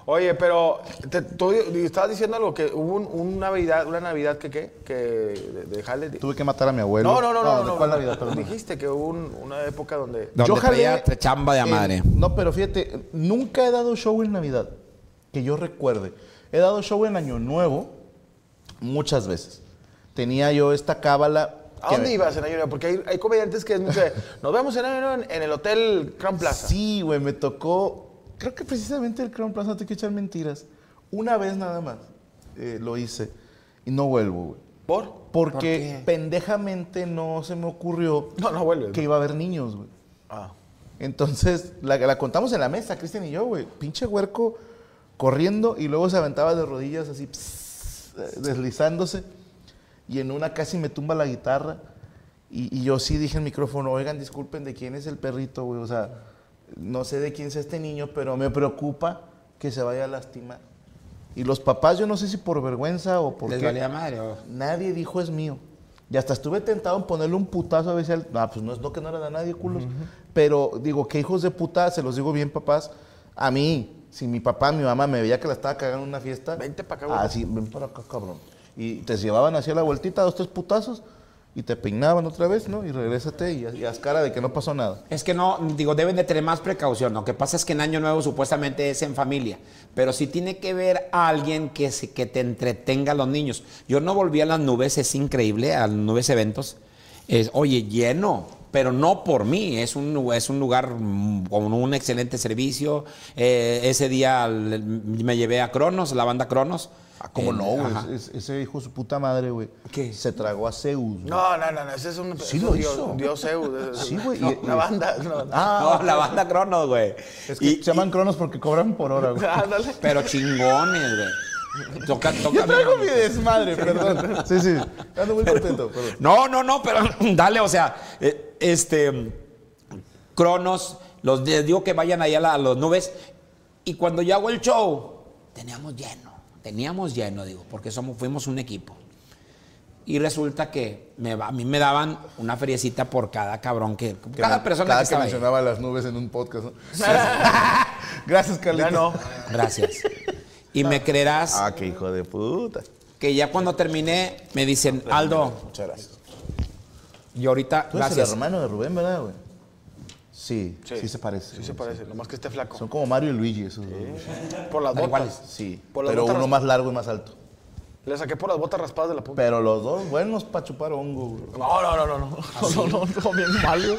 [SPEAKER 1] Oye, pero te, tú estabas diciendo algo, que hubo un- una Navidad, una Navidad que qué, que de, de jale.
[SPEAKER 2] Tuve que matar a mi abuelo.
[SPEAKER 1] No, no, no, no.
[SPEAKER 2] ¿de
[SPEAKER 1] no,
[SPEAKER 2] ¿Cuál
[SPEAKER 1] no.
[SPEAKER 2] Navidad? Perdón.
[SPEAKER 1] Dijiste que hubo un- una época donde...
[SPEAKER 3] Donde
[SPEAKER 2] jalé
[SPEAKER 3] pedía tre- chamba de a
[SPEAKER 2] en-
[SPEAKER 3] madre.
[SPEAKER 2] No, pero fíjate, nunca he dado show en Navidad, que yo recuerde. He dado show en Año Nuevo muchas veces. Tenía yo esta cábala.
[SPEAKER 1] ¿A
[SPEAKER 2] que-
[SPEAKER 1] dónde ibas en Año Nuevo? Porque hay, hay comediantes que dicen, nos vemos en Año Nuevo en, en el Hotel Crown Plaza.
[SPEAKER 2] Sí, güey, me tocó. Creo que precisamente el Crown Plaza, no te quiero echar mentiras. Una vez nada más eh, lo hice y no vuelvo, güey.
[SPEAKER 1] ¿Por?
[SPEAKER 2] Porque pendejamente no se me ocurrió
[SPEAKER 1] No, no vuelves.
[SPEAKER 2] que iba a haber niños, güey.
[SPEAKER 1] Ah.
[SPEAKER 2] Entonces, la, la contamos en la mesa, Cristian y yo, güey. Pinche huerco corriendo y luego se aventaba de rodillas así, pss, eh, deslizándose. Y en una casi me tumba la guitarra. Y, y yo sí dije al micrófono, oigan, disculpen, ¿de quién es el perrito, güey? O sea, no sé de quién es este niño, pero me preocupa que se vaya a lastimar. Y los papás, yo no sé si por vergüenza o por
[SPEAKER 3] ¿Les
[SPEAKER 2] qué,
[SPEAKER 3] valía madre? o?
[SPEAKER 2] Nadie dijo es mío. Y hasta estuve tentado en ponerle un putazo a veces al. Ah, pues no es no que no era de nadie, culos. Pero digo, qué hijos de puta, se los digo bien, papás. A mí, si mi papá, mi mamá me veía que la estaba cagando en una fiesta.
[SPEAKER 1] Vente pa' acá, güey.
[SPEAKER 2] Así, ven para acá, cabrón. Y te llevaban así a la vueltita, dos, tres putazos. Y te peinaban otra vez, ¿no? Y regrésate y, y haz cara de que no pasó nada.
[SPEAKER 3] Es que no, digo, deben de tener más precaución. Lo que pasa es que en Año Nuevo supuestamente es en familia, pero sí tiene que ver a alguien que, se- que te entretenga a los niños. Yo no volví a las nubes, es increíble, a las nubes eventos. Es, oye, lleno, pero no por mí, es un, lu- es un lugar mm, con un excelente servicio. Eh, ese día le- me llevé a Cronos, la banda Cronos.
[SPEAKER 2] Ah, ¿cómo
[SPEAKER 3] Eh,
[SPEAKER 2] no, güey?
[SPEAKER 3] ajá.
[SPEAKER 2] Es- es- Ese hijo de su puta madre, güey.
[SPEAKER 3] ¿Qué?
[SPEAKER 2] Se tragó a Zeus. güey.
[SPEAKER 1] No, no, no, no, ese es un...
[SPEAKER 2] Sí
[SPEAKER 1] es
[SPEAKER 2] lo
[SPEAKER 1] un dios,
[SPEAKER 2] hizo.
[SPEAKER 1] Dios Zeus.
[SPEAKER 2] Sí, güey,
[SPEAKER 1] No,
[SPEAKER 2] y-
[SPEAKER 1] una
[SPEAKER 2] y-
[SPEAKER 1] banda, es una banda.
[SPEAKER 2] Ah,
[SPEAKER 3] No, la banda Cronos, güey.
[SPEAKER 2] es que
[SPEAKER 3] Y-
[SPEAKER 2] se llaman cronos porque cobran por hora, güey.
[SPEAKER 1] Ándale.
[SPEAKER 3] Pero chingones, güey. Toca, toca
[SPEAKER 2] Yo traigo
[SPEAKER 3] bien
[SPEAKER 2] mi
[SPEAKER 3] bonito.
[SPEAKER 2] desmadre, perdón. Sí, sí. Ando muy contento, perdón.
[SPEAKER 3] No, no, no, pero dale, o sea, eh, este, Cronos, los les digo que vayan ahí a, la- a los nubes. Y cuando yo hago el show, teníamos lleno, teníamos lleno, digo, porque somos, fuimos un equipo. Y resulta que me, va- a mí me daban una feriecita por cada cabrón que,
[SPEAKER 2] Que
[SPEAKER 3] cada
[SPEAKER 2] me-
[SPEAKER 3] persona
[SPEAKER 2] cada
[SPEAKER 3] que
[SPEAKER 2] que,
[SPEAKER 3] estaba ahí.
[SPEAKER 2] mencionaba las nubes en un podcast. ¿no? Gracias,
[SPEAKER 1] Ya
[SPEAKER 2] Carlitos.
[SPEAKER 1] no.
[SPEAKER 3] Gracias. Y me creerás
[SPEAKER 2] Ah, qué hijo de puta.
[SPEAKER 3] que ya cuando terminé me dicen, Aldo,
[SPEAKER 2] Muchas gracias.
[SPEAKER 3] y ahorita,
[SPEAKER 2] Tú eres el
[SPEAKER 3] gracias.
[SPEAKER 2] hermano de Rubén, ¿verdad, güey? Sí, sí, se parece.
[SPEAKER 1] Sí se
[SPEAKER 2] güey,
[SPEAKER 1] parece, nomás que esté flaco.
[SPEAKER 2] Son como Mario y Luigi esos dos. güey.
[SPEAKER 1] por las
[SPEAKER 3] Están
[SPEAKER 1] botas.
[SPEAKER 3] iguales.
[SPEAKER 2] Sí,
[SPEAKER 1] Por las
[SPEAKER 2] pero
[SPEAKER 1] botas
[SPEAKER 2] uno
[SPEAKER 1] ras-
[SPEAKER 2] más largo y más alto.
[SPEAKER 1] Le saqué por las botas raspadas de la punta.
[SPEAKER 2] Pero los dos buenos para chupar hongo, güey.
[SPEAKER 1] No, no, no, no, no.
[SPEAKER 2] Ah,
[SPEAKER 1] No, no, no, bien malo.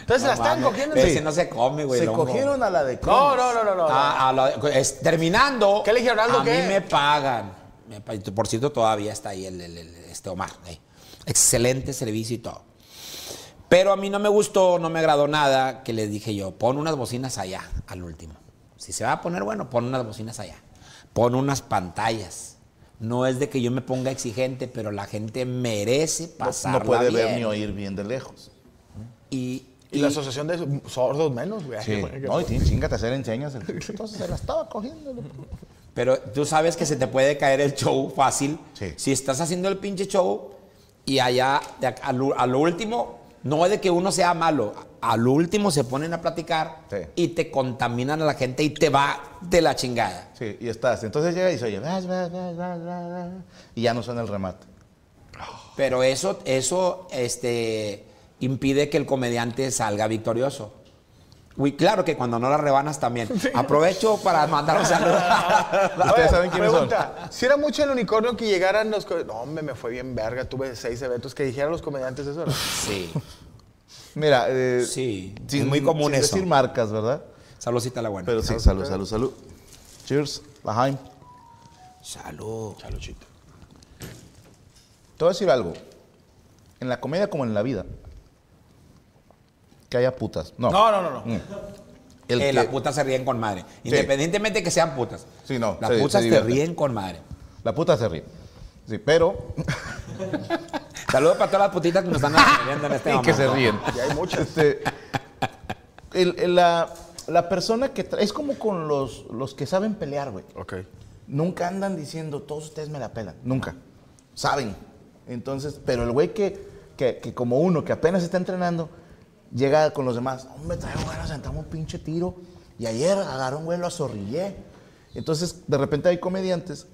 [SPEAKER 1] Entonces, ¿la están
[SPEAKER 3] Mames,
[SPEAKER 1] cogiendo?
[SPEAKER 3] pero
[SPEAKER 1] Sí.
[SPEAKER 3] ese no se come, güey.
[SPEAKER 2] Se
[SPEAKER 3] el hongo.
[SPEAKER 2] cogieron a la de
[SPEAKER 1] No, no, no, no, no.
[SPEAKER 3] Ah, a la- es- terminando.
[SPEAKER 1] ¿Qué le dijeron, Aldo,
[SPEAKER 3] A
[SPEAKER 1] qué?
[SPEAKER 3] mí me pagan. Me pa- Por cierto, todavía está ahí el, el- el- este Omar. ahí. Excelente servicio y todo. Pero a mí no me gustó, no me agradó nada que les dije yo, pon unas bocinas allá al último. Si se va a poner bueno, pon unas bocinas allá. Pon unas pantallas. No es de que yo me ponga exigente, pero la gente merece pasar.
[SPEAKER 2] No puede ver ni oír bien de lejos.
[SPEAKER 3] Y,
[SPEAKER 1] Y la asociación de sordos menos, güey.
[SPEAKER 2] Sí. No, y tiene chingate hacer enseñas. el- Entonces se la estaba cogiendo. güey.
[SPEAKER 3] Pero tú sabes que se te puede caer el show fácil.
[SPEAKER 2] Sí.
[SPEAKER 3] Si estás haciendo el pinche show y allá, de ac- a lo, a lo último, no es de que uno sea malo, a lo último se ponen a platicar
[SPEAKER 2] Sí.
[SPEAKER 3] y te contaminan a la gente y te va de la chingada.
[SPEAKER 2] Sí, y estás. Entonces llega y se oye. "Vas, vas, vas, vas, vas, vas", Y ya no suena el remate.
[SPEAKER 3] Pero eso, eso este, impide que el comediante salga victorioso. Uy, claro que cuando no la rebanas también. Aprovecho para mandar un saludo.
[SPEAKER 2] ¿Ustedes saben quiénes son?
[SPEAKER 1] pregunta, Si era mucho el unicornio que llegaran los. co- No, hombre, me fue bien verga. Tuve seis eventos que dijeran los comediantes eso. ¿no?
[SPEAKER 3] Sí.
[SPEAKER 2] Mira, eh,
[SPEAKER 3] Sí, es muy común
[SPEAKER 2] sin
[SPEAKER 3] eso.
[SPEAKER 2] decir marcas, ¿verdad?
[SPEAKER 3] Saludcita la buena.
[SPEAKER 2] Pero sí, salud, salud, salud. Cheers, Laheim.
[SPEAKER 3] Salud.
[SPEAKER 2] Te voy a decir algo. En la comedia como en la vida, que haya putas. No. Mm.
[SPEAKER 1] No, no, Eh, no, no.
[SPEAKER 2] El
[SPEAKER 3] que
[SPEAKER 2] que-
[SPEAKER 3] Eh, las putas se ríen con madre. Independientemente de que sean putas.
[SPEAKER 2] Sí, no,
[SPEAKER 3] Las
[SPEAKER 2] se- se
[SPEAKER 3] putas te
[SPEAKER 2] divierten.
[SPEAKER 3] ríen con madre.
[SPEAKER 2] La puta se ríe. Sí, pero.
[SPEAKER 3] Saludos para todas las putitas que nos están viendo en este
[SPEAKER 2] y
[SPEAKER 3] momento.
[SPEAKER 2] que se ríen.
[SPEAKER 1] Y hay muchas.
[SPEAKER 2] Este, el- el- la, la persona que. tra- Es como con los, los que saben pelear, güey.
[SPEAKER 1] Ok.
[SPEAKER 2] Nunca andan diciendo, todos ustedes me la pelan. Nunca. Saben. Entonces, pero el güey que, que, que como uno que apenas está entrenando, llega con los demás, hombre, traigo ganas de sentarme un pinche tiro. Y ayer agarró un güey, lo azorrillé. Entonces, de repente hay comediantes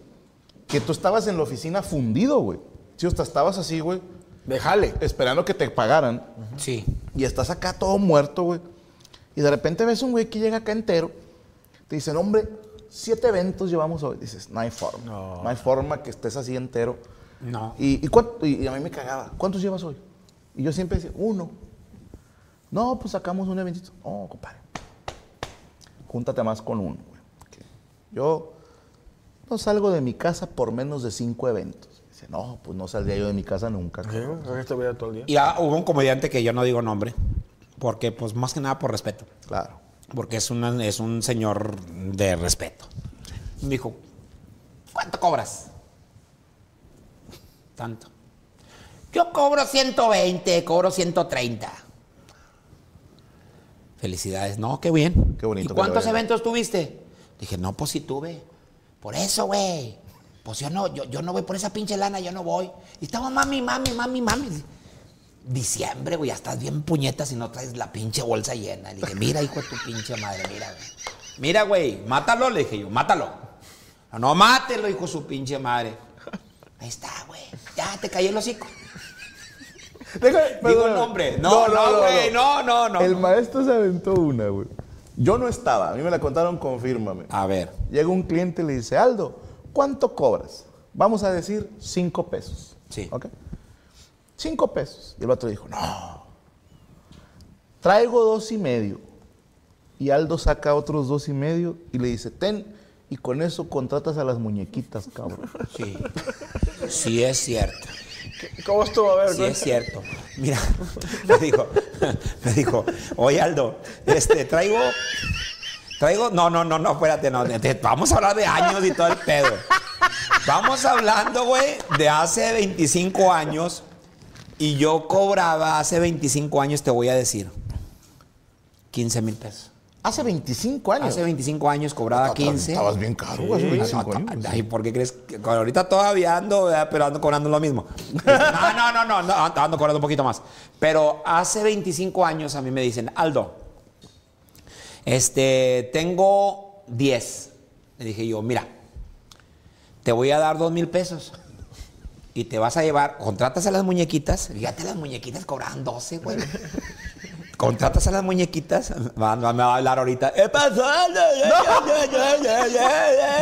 [SPEAKER 2] que tú estabas en la oficina fundido, güey. Si hasta estabas así, güey,
[SPEAKER 1] Déjale.
[SPEAKER 2] esperando que te pagaran.
[SPEAKER 3] Sí.
[SPEAKER 2] Y estás acá todo muerto, güey. Y de repente ves un güey que llega acá entero. Te dicen, hombre, siete eventos llevamos hoy. Dices, no hay forma. No, hay forma que estés así entero.
[SPEAKER 3] No.
[SPEAKER 2] Y, y, cuán- y- y a mí me cagaba. ¿Cuántos llevas hoy? Y yo siempre decía, uno. No, pues sacamos un eventito. Oh, compadre. Júntate más con uno, güey. Que Yo no salgo de mi casa por menos de cinco eventos. Dice, no, pues no saldría yo de mi casa nunca. cabrón".
[SPEAKER 1] Este voy a ir todo el día.
[SPEAKER 3] Y ah, hubo un comediante que yo no digo nombre. Porque, pues, más que nada por respeto.
[SPEAKER 2] Claro.
[SPEAKER 3] Porque es, una- es un señor de respeto. Me dijo, ¿cuánto cobras? Tanto. Yo cobro 120, cobro 130. Felicidades, no, qué bien.
[SPEAKER 2] Qué bonito
[SPEAKER 3] ¿Y
[SPEAKER 2] que
[SPEAKER 3] cuántos
[SPEAKER 2] lo hayan.
[SPEAKER 3] eventos tuviste? Dije, no, pues sí tuve. Por eso, güey. Pues yo no, yo, yo no voy por esa pinche lana, yo no voy. Y estaba mami, mami, mami, mami. Diciembre, güey, ya estás bien puñetas y no traes la pinche bolsa llena. Le dije, mira, hijo de tu pinche madre, mira, güey. Mira, güey, mátalo, le dije yo, mátalo. No, no, mátelo, hijo de su pinche madre. Ahí está, güey. Ya te cayó el hocico. Digo el nombre. No, no, güey, no, no, no.
[SPEAKER 2] El maestro se aventó una, güey. Yo no estaba, a mí me la contaron, confírmame.
[SPEAKER 3] A ver.
[SPEAKER 2] Llega un cliente y le dice, Aldo, ¿cuánto cobras? Vamos a decir cinco pesos.
[SPEAKER 3] Sí.
[SPEAKER 2] ¿Ok? Cinco pesos. Y el otro dijo, no. Traigo dos y medio. Y Aldo saca otros dos y medio y le dice, ten, y con eso contratas a las muñequitas, cabrón.
[SPEAKER 3] Sí. Sí es cierto.
[SPEAKER 1] ¿Cómo estuvo? A ver,
[SPEAKER 3] Sí es cierto. Mira, me dijo, me dijo, oye Aldo, este, traigo, traigo, no, no, no, no, espérate, no, te- te- vamos a hablar de años y todo el pedo. Vamos hablando, güey, de hace 25 años y yo cobraba hace 25 años, te voy a decir, 15 mil pesos.
[SPEAKER 2] Hace 25 años. Ah,
[SPEAKER 3] Hace 25 años cobraba 15.
[SPEAKER 2] Estabas bien caro, güey, hace 25
[SPEAKER 3] Ah,
[SPEAKER 2] años.
[SPEAKER 3] Ay, ¿por qué crees? que co- ahorita todavía ando, ¿verdad? pero ando cobrando lo mismo. No, no, no, no, no, ando ando cobrando un poquito más. Pero hace 25 años a mí me dicen, Aldo, este, tengo 10. Le dije yo, mira, te voy a dar dos mil pesos. Y te vas a llevar, contratas a las muñequitas, fíjate, las muñequitas cobraban 12, güey. Contratas a las muñequitas, va- va- me va a hablar ahorita. ¿Qué pasó?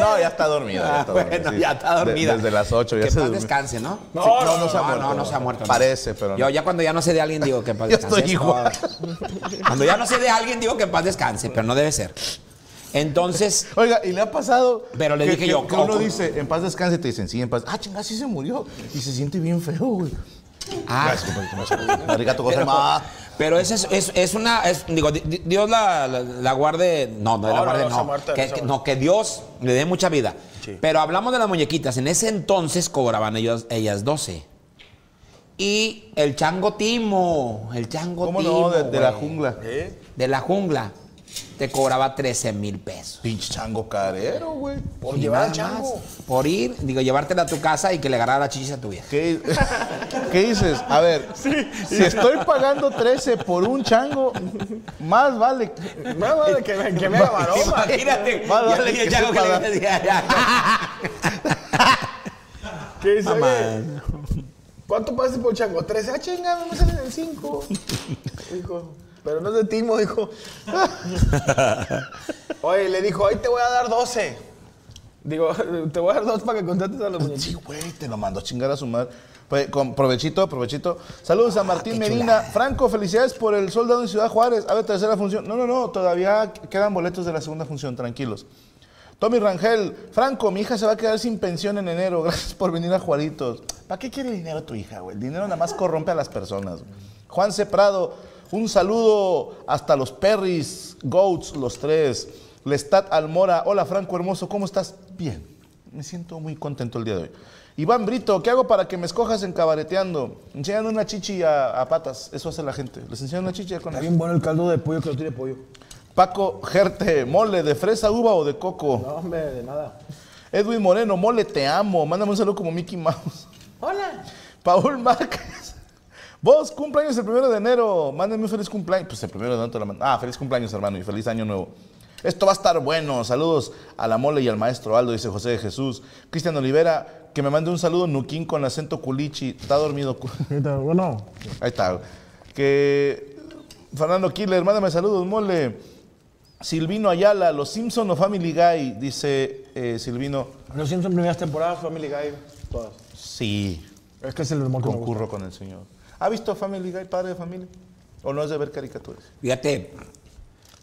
[SPEAKER 2] No, ya está dormida. ya
[SPEAKER 3] Ah,
[SPEAKER 2] está dormida,
[SPEAKER 3] bueno,
[SPEAKER 2] sí.
[SPEAKER 3] ya está
[SPEAKER 2] De-
[SPEAKER 3] dormida.
[SPEAKER 2] desde las 8 ya
[SPEAKER 3] que
[SPEAKER 2] se
[SPEAKER 3] paz
[SPEAKER 2] durmió.
[SPEAKER 3] descanse, ¿no?
[SPEAKER 2] No, no, no se ha muerto.
[SPEAKER 3] No, no se ha muerto. no.
[SPEAKER 2] Parece, pero no.
[SPEAKER 3] Yo ya cuando ya no sé de alguien digo que en paz
[SPEAKER 2] Yo
[SPEAKER 3] descanse.
[SPEAKER 2] estoy
[SPEAKER 3] es
[SPEAKER 2] igual.
[SPEAKER 3] todo. Cuando ya no sé de alguien digo que en paz descanse, pero no debe ser. Entonces,
[SPEAKER 2] Oiga, y le ha pasado.
[SPEAKER 3] Pero le
[SPEAKER 2] que-
[SPEAKER 3] dije
[SPEAKER 2] que-
[SPEAKER 3] yo,
[SPEAKER 2] que uno
[SPEAKER 3] ¿cómo?
[SPEAKER 2] dice, en paz descanse, y te dicen, sí, en paz. Ah, chingada, sí se murió. Y se siente bien feo, güey.
[SPEAKER 3] ah,
[SPEAKER 2] pues, Arigato, gozaimasu.
[SPEAKER 3] Pero esa es, es- es una. es- digo, di- di- Dios la, la- la guarde. No, no, la
[SPEAKER 1] no,
[SPEAKER 3] guarde,
[SPEAKER 1] no,
[SPEAKER 3] no.
[SPEAKER 1] esa muerte,
[SPEAKER 3] que,
[SPEAKER 1] esa
[SPEAKER 3] que-
[SPEAKER 1] muerte.
[SPEAKER 3] no, que Dios le dé mucha vida. Pero hablamos de las muñequitas. En ese entonces cobraban ellos, ellas 12. Y el chango timo. El chango
[SPEAKER 2] ¿Cómo
[SPEAKER 3] timo.
[SPEAKER 2] no? De, de la
[SPEAKER 3] güey. ¿Eh?
[SPEAKER 2] jungla.
[SPEAKER 3] De la jungla. Te cobraba 13 mil pesos.
[SPEAKER 2] Pinche chango carero, güey.
[SPEAKER 1] Por
[SPEAKER 3] Y
[SPEAKER 1] llevar al
[SPEAKER 3] nada más,
[SPEAKER 1] chango.
[SPEAKER 3] Por ir, digo, llevártela a tu casa y que le agarrara la chichis a tu vieja.
[SPEAKER 2] ¿Qué, qué dices? A ver, si estoy pagando 13 por un chango, más vale.
[SPEAKER 1] No, no, que me, que me haga varón.
[SPEAKER 3] Imagínate.
[SPEAKER 2] Más
[SPEAKER 3] ya
[SPEAKER 2] vale
[SPEAKER 3] le dije
[SPEAKER 2] que
[SPEAKER 3] chango que
[SPEAKER 2] sepa
[SPEAKER 3] le decía, ya.
[SPEAKER 1] ¿Qué dice?
[SPEAKER 3] Mamá.
[SPEAKER 1] oye, ¿Cuánto pagaste por chango? Tres. Ah, chinga, me salen en cinco. Dijo, pero no es de timo, dijo. Oye, le dijo, ahí te voy a dar doce. Digo, te voy a dar dos para que contrates a los muñequitos.
[SPEAKER 2] Sí, güey, te lo mando a chingar a su madre. Pues, con provechito, provechito. Saludos a Martín
[SPEAKER 3] Ah, qué
[SPEAKER 2] Medina.
[SPEAKER 3] chulada.
[SPEAKER 2] Franco, felicidades por el soldado en Ciudad Juárez. A ver, tercera función. No, no, no, todavía quedan boletos de la segunda función, tranquilos. Tommy Rangel, Franco, mi hija se va a quedar sin pensión en enero. Gracias por venir a Juaritos. ¿Para qué quiere dinero tu hija, güey? El dinero nada más corrompe a las personas. güey. Juan C. Prado, un saludo hasta los Perris, Goats, los tres. Lestat Almora, hola Franco hermoso, ¿cómo estás? Bien, me siento muy contento el día de hoy. Iván Brito, ¿qué hago para que me escojas en cabareteando? Enseñan una chichi a, a patas, eso hace la gente. Les enseñan una chichi ya con eso.
[SPEAKER 1] bueno el caldo de pollo que no tiene pollo.
[SPEAKER 2] Paco Gerte, mole de fresa, uva o de coco.
[SPEAKER 1] No, hombre, de nada.
[SPEAKER 2] Edwin Moreno, mole, te amo. Mándame un saludo como Mickey Mouse.
[SPEAKER 1] Hola.
[SPEAKER 2] Paul Márquez. Vos, cumpleaños el primero de enero. Mándame un feliz cumpleaños. Pues el primero de enero te la mando. Ah, feliz cumpleaños, hermano, y feliz año nuevo. Esto va a estar bueno. Saludos a la mole y al maestro Aldo, dice José de Jesús. Cristian Olivera, que me mande un saludo Nuquín con acento culichi. Está dormido. cu-
[SPEAKER 1] Bueno.
[SPEAKER 2] Ahí está. Que Fernando Killer, mándame saludos, mole. Silvino Ayala, Los Simpson o Family Guy, dice eh, Silvino.
[SPEAKER 1] Los Simpson primeras temporadas, Family Guy, todas.
[SPEAKER 2] Sí,
[SPEAKER 1] Es que es el humor que me gusta.
[SPEAKER 2] concurro con el señor. ¿Ha visto Family Guy, padre de familia? ¿O no es de ver caricaturas?
[SPEAKER 3] Fíjate,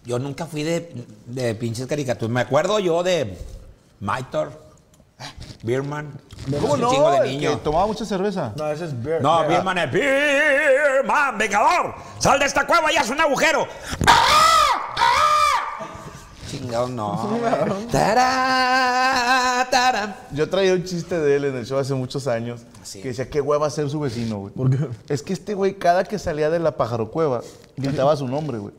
[SPEAKER 3] yo nunca fui de, de pinches caricaturas. Me acuerdo yo de Maitor, Birman.
[SPEAKER 2] ¿Cómo
[SPEAKER 3] un
[SPEAKER 2] no?
[SPEAKER 3] Chingo de
[SPEAKER 2] El
[SPEAKER 3] niño.
[SPEAKER 2] Que tomaba mucha cerveza.
[SPEAKER 1] No, ese es Bear.
[SPEAKER 3] No,
[SPEAKER 1] Bear.
[SPEAKER 3] Birman es Birman, vengador. Sal de esta cueva y haz un agujero. ¡Ah! ¡Ah! Chingado, no. Tará, tará.
[SPEAKER 2] Yo traía un chiste de él en el show hace muchos años que decía qué hueva ser su vecino, güey. ¿Por qué? Es que este güey, cada que salía de la pájaro cueva, gritaba su nombre, güey.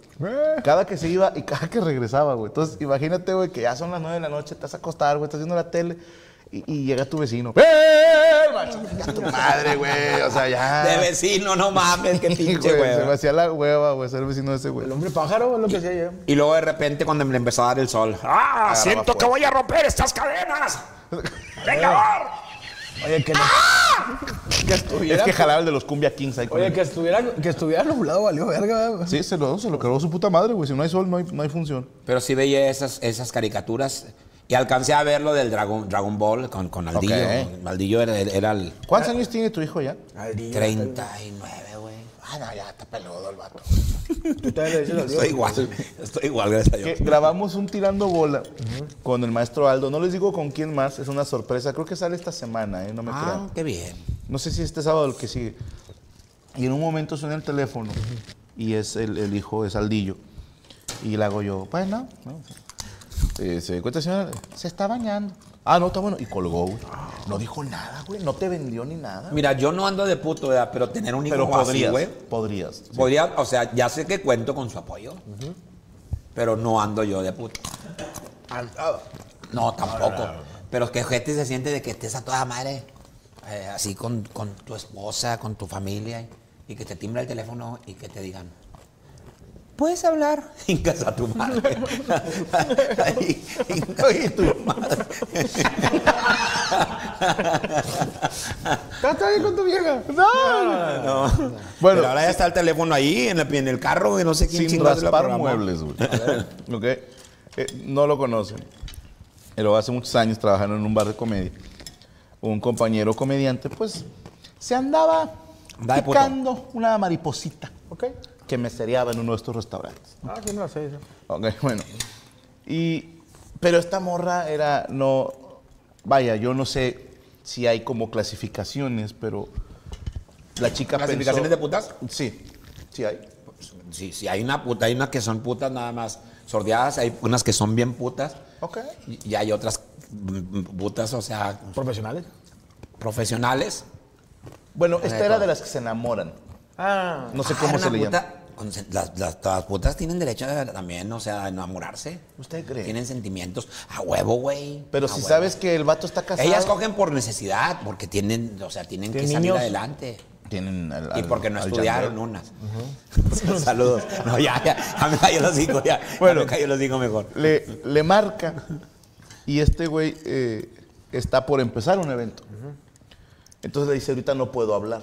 [SPEAKER 2] Cada que se iba y cada que regresaba, güey. Entonces, imagínate, güey, que ya son las 9 de la noche, te vas a acostar, güey, estás viendo la tele y, y llega tu vecino. ¡Eh, macho! Ya tu madre, güey. O sea, ya.
[SPEAKER 3] De vecino, no mames, qué pinche,
[SPEAKER 2] güey. Se me
[SPEAKER 3] güey.
[SPEAKER 2] hacía la hueva, güey, ser vecino de ese güey.
[SPEAKER 1] El hombre pájaro es lo que hacía ayer.
[SPEAKER 3] Y luego de repente cuando me empezó a dar el sol. ¡Ah! Siento que voy a romper estas cadenas. ¡Vengador!
[SPEAKER 1] Oye, que, que estuviera.
[SPEAKER 2] ¡Ah! Es que jalaba el de los Cumbia Kings ahí con
[SPEAKER 1] Oye,
[SPEAKER 2] él.
[SPEAKER 1] que estuviera, que estuviera nublado, valió verga. güey.
[SPEAKER 2] Sí, se lo, se lo cargó su puta madre, güey. Si no hay sol, no hay, no hay función.
[SPEAKER 3] Pero sí veía esas, esas caricaturas. Y alcancé a ver lo del Dragon, Dragon Ball con, con Aldillo.
[SPEAKER 2] Ok.
[SPEAKER 3] Aldillo era, era el
[SPEAKER 2] ¿Cuántos años tiene tu hijo ya?
[SPEAKER 3] 39, güey.
[SPEAKER 2] Ah, no, ya está peludo el vato.
[SPEAKER 1] Tú también le dices al
[SPEAKER 3] Estoy
[SPEAKER 1] Dios.
[SPEAKER 3] igual. Estoy igual, gracias a
[SPEAKER 2] Que
[SPEAKER 3] Dios.
[SPEAKER 2] grabamos un tirando bola con el maestro Aldo. No les digo con quién más, es una sorpresa. Creo que sale esta semana, ¿eh? No me
[SPEAKER 3] Ah,
[SPEAKER 2] crean.
[SPEAKER 3] qué bien.
[SPEAKER 2] No sé si este sábado o el que sigue. Y en un momento suena el teléfono y es el, el hijo de Saldillo. Y le hago yo, bueno, no. Eh, se cuenta, señora, se está bañando. Ah, no, está bueno. Y colgó, güey. No dijo nada, güey. No te vendió ni nada.
[SPEAKER 3] Mira, yo no ando de puto, ¿verdad? pero tener un hijo
[SPEAKER 2] Pero
[SPEAKER 3] así,
[SPEAKER 2] podrías,
[SPEAKER 3] güey.
[SPEAKER 2] podrías.
[SPEAKER 3] Podría, o sea, ya sé que cuento con su apoyo, pero no ando yo de puto. No, tampoco. Pero que gente se siente de que estés a toda madre, eh, así con, con tu esposa, con tu familia, y que te timbra el teléfono y que te digan, ¿puedes hablar? Incas a tu madre. Ahí, hincas a tu madre.
[SPEAKER 1] ¿Estás todavía con tu vieja?
[SPEAKER 3] No.
[SPEAKER 2] Bueno,
[SPEAKER 3] Pero ahora ya está el teléfono ahí, en, la- en el carro, y no sé quién
[SPEAKER 2] sin
[SPEAKER 3] chingados lo
[SPEAKER 2] raspar
[SPEAKER 3] programó.
[SPEAKER 2] muebles, güey. Ok. Eh, no lo conocen. Pero hace muchos años trabajando en un bar de comedia. Un compañero comediante, pues, se andaba
[SPEAKER 3] Da de puto.
[SPEAKER 2] picando una mariposita
[SPEAKER 1] Ok.
[SPEAKER 2] que me en uno de estos restaurantes.
[SPEAKER 1] Ah, sí, me lo sé. sí.
[SPEAKER 2] Ok, bueno. Y, pero esta morra era, no, vaya, yo no sé si hay como clasificaciones, pero la chica
[SPEAKER 3] ¿Clasificaciones de putas?
[SPEAKER 2] putas? Sí, sí hay.
[SPEAKER 3] Sí, sí, hay una puta, hay unas que son putas nada más sordeadas, hay unas que son bien putas
[SPEAKER 2] Ok.
[SPEAKER 3] y, y hay otras mm, putas, o sea,
[SPEAKER 1] ¿Profesionales?
[SPEAKER 3] profesionales.
[SPEAKER 2] Bueno, esta era de las que se enamoran.
[SPEAKER 1] Ah.
[SPEAKER 2] No sé
[SPEAKER 3] Ah,
[SPEAKER 2] cómo
[SPEAKER 3] una
[SPEAKER 2] se le llama.
[SPEAKER 3] puta, con sen- Las, las- las putas tienen derecho a- también, o sea, a enamorarse.
[SPEAKER 2] ¿Usted cree?
[SPEAKER 3] Tienen sentimientos. A huevo, güey.
[SPEAKER 2] Pero
[SPEAKER 3] a
[SPEAKER 2] si
[SPEAKER 3] huevo.
[SPEAKER 2] sabes que el vato está casado.
[SPEAKER 3] Ah, Ellas cogen por necesidad, porque tienen, o sea, tienen que
[SPEAKER 1] Tienen
[SPEAKER 3] salir
[SPEAKER 1] niños.
[SPEAKER 3] adelante.
[SPEAKER 2] Tienen al-
[SPEAKER 3] y
[SPEAKER 2] al-
[SPEAKER 3] porque no
[SPEAKER 2] al
[SPEAKER 3] estudiaron
[SPEAKER 2] Yandel.
[SPEAKER 3] unas. Saludos. No, ya, ya. Ya me cayó los hijos, ya.
[SPEAKER 2] Bueno.
[SPEAKER 3] ya me cayó los hijos mejor.
[SPEAKER 2] Le, le marca. Y este güey eh, está por empezar un evento. Entonces le dice, ahorita no puedo hablar.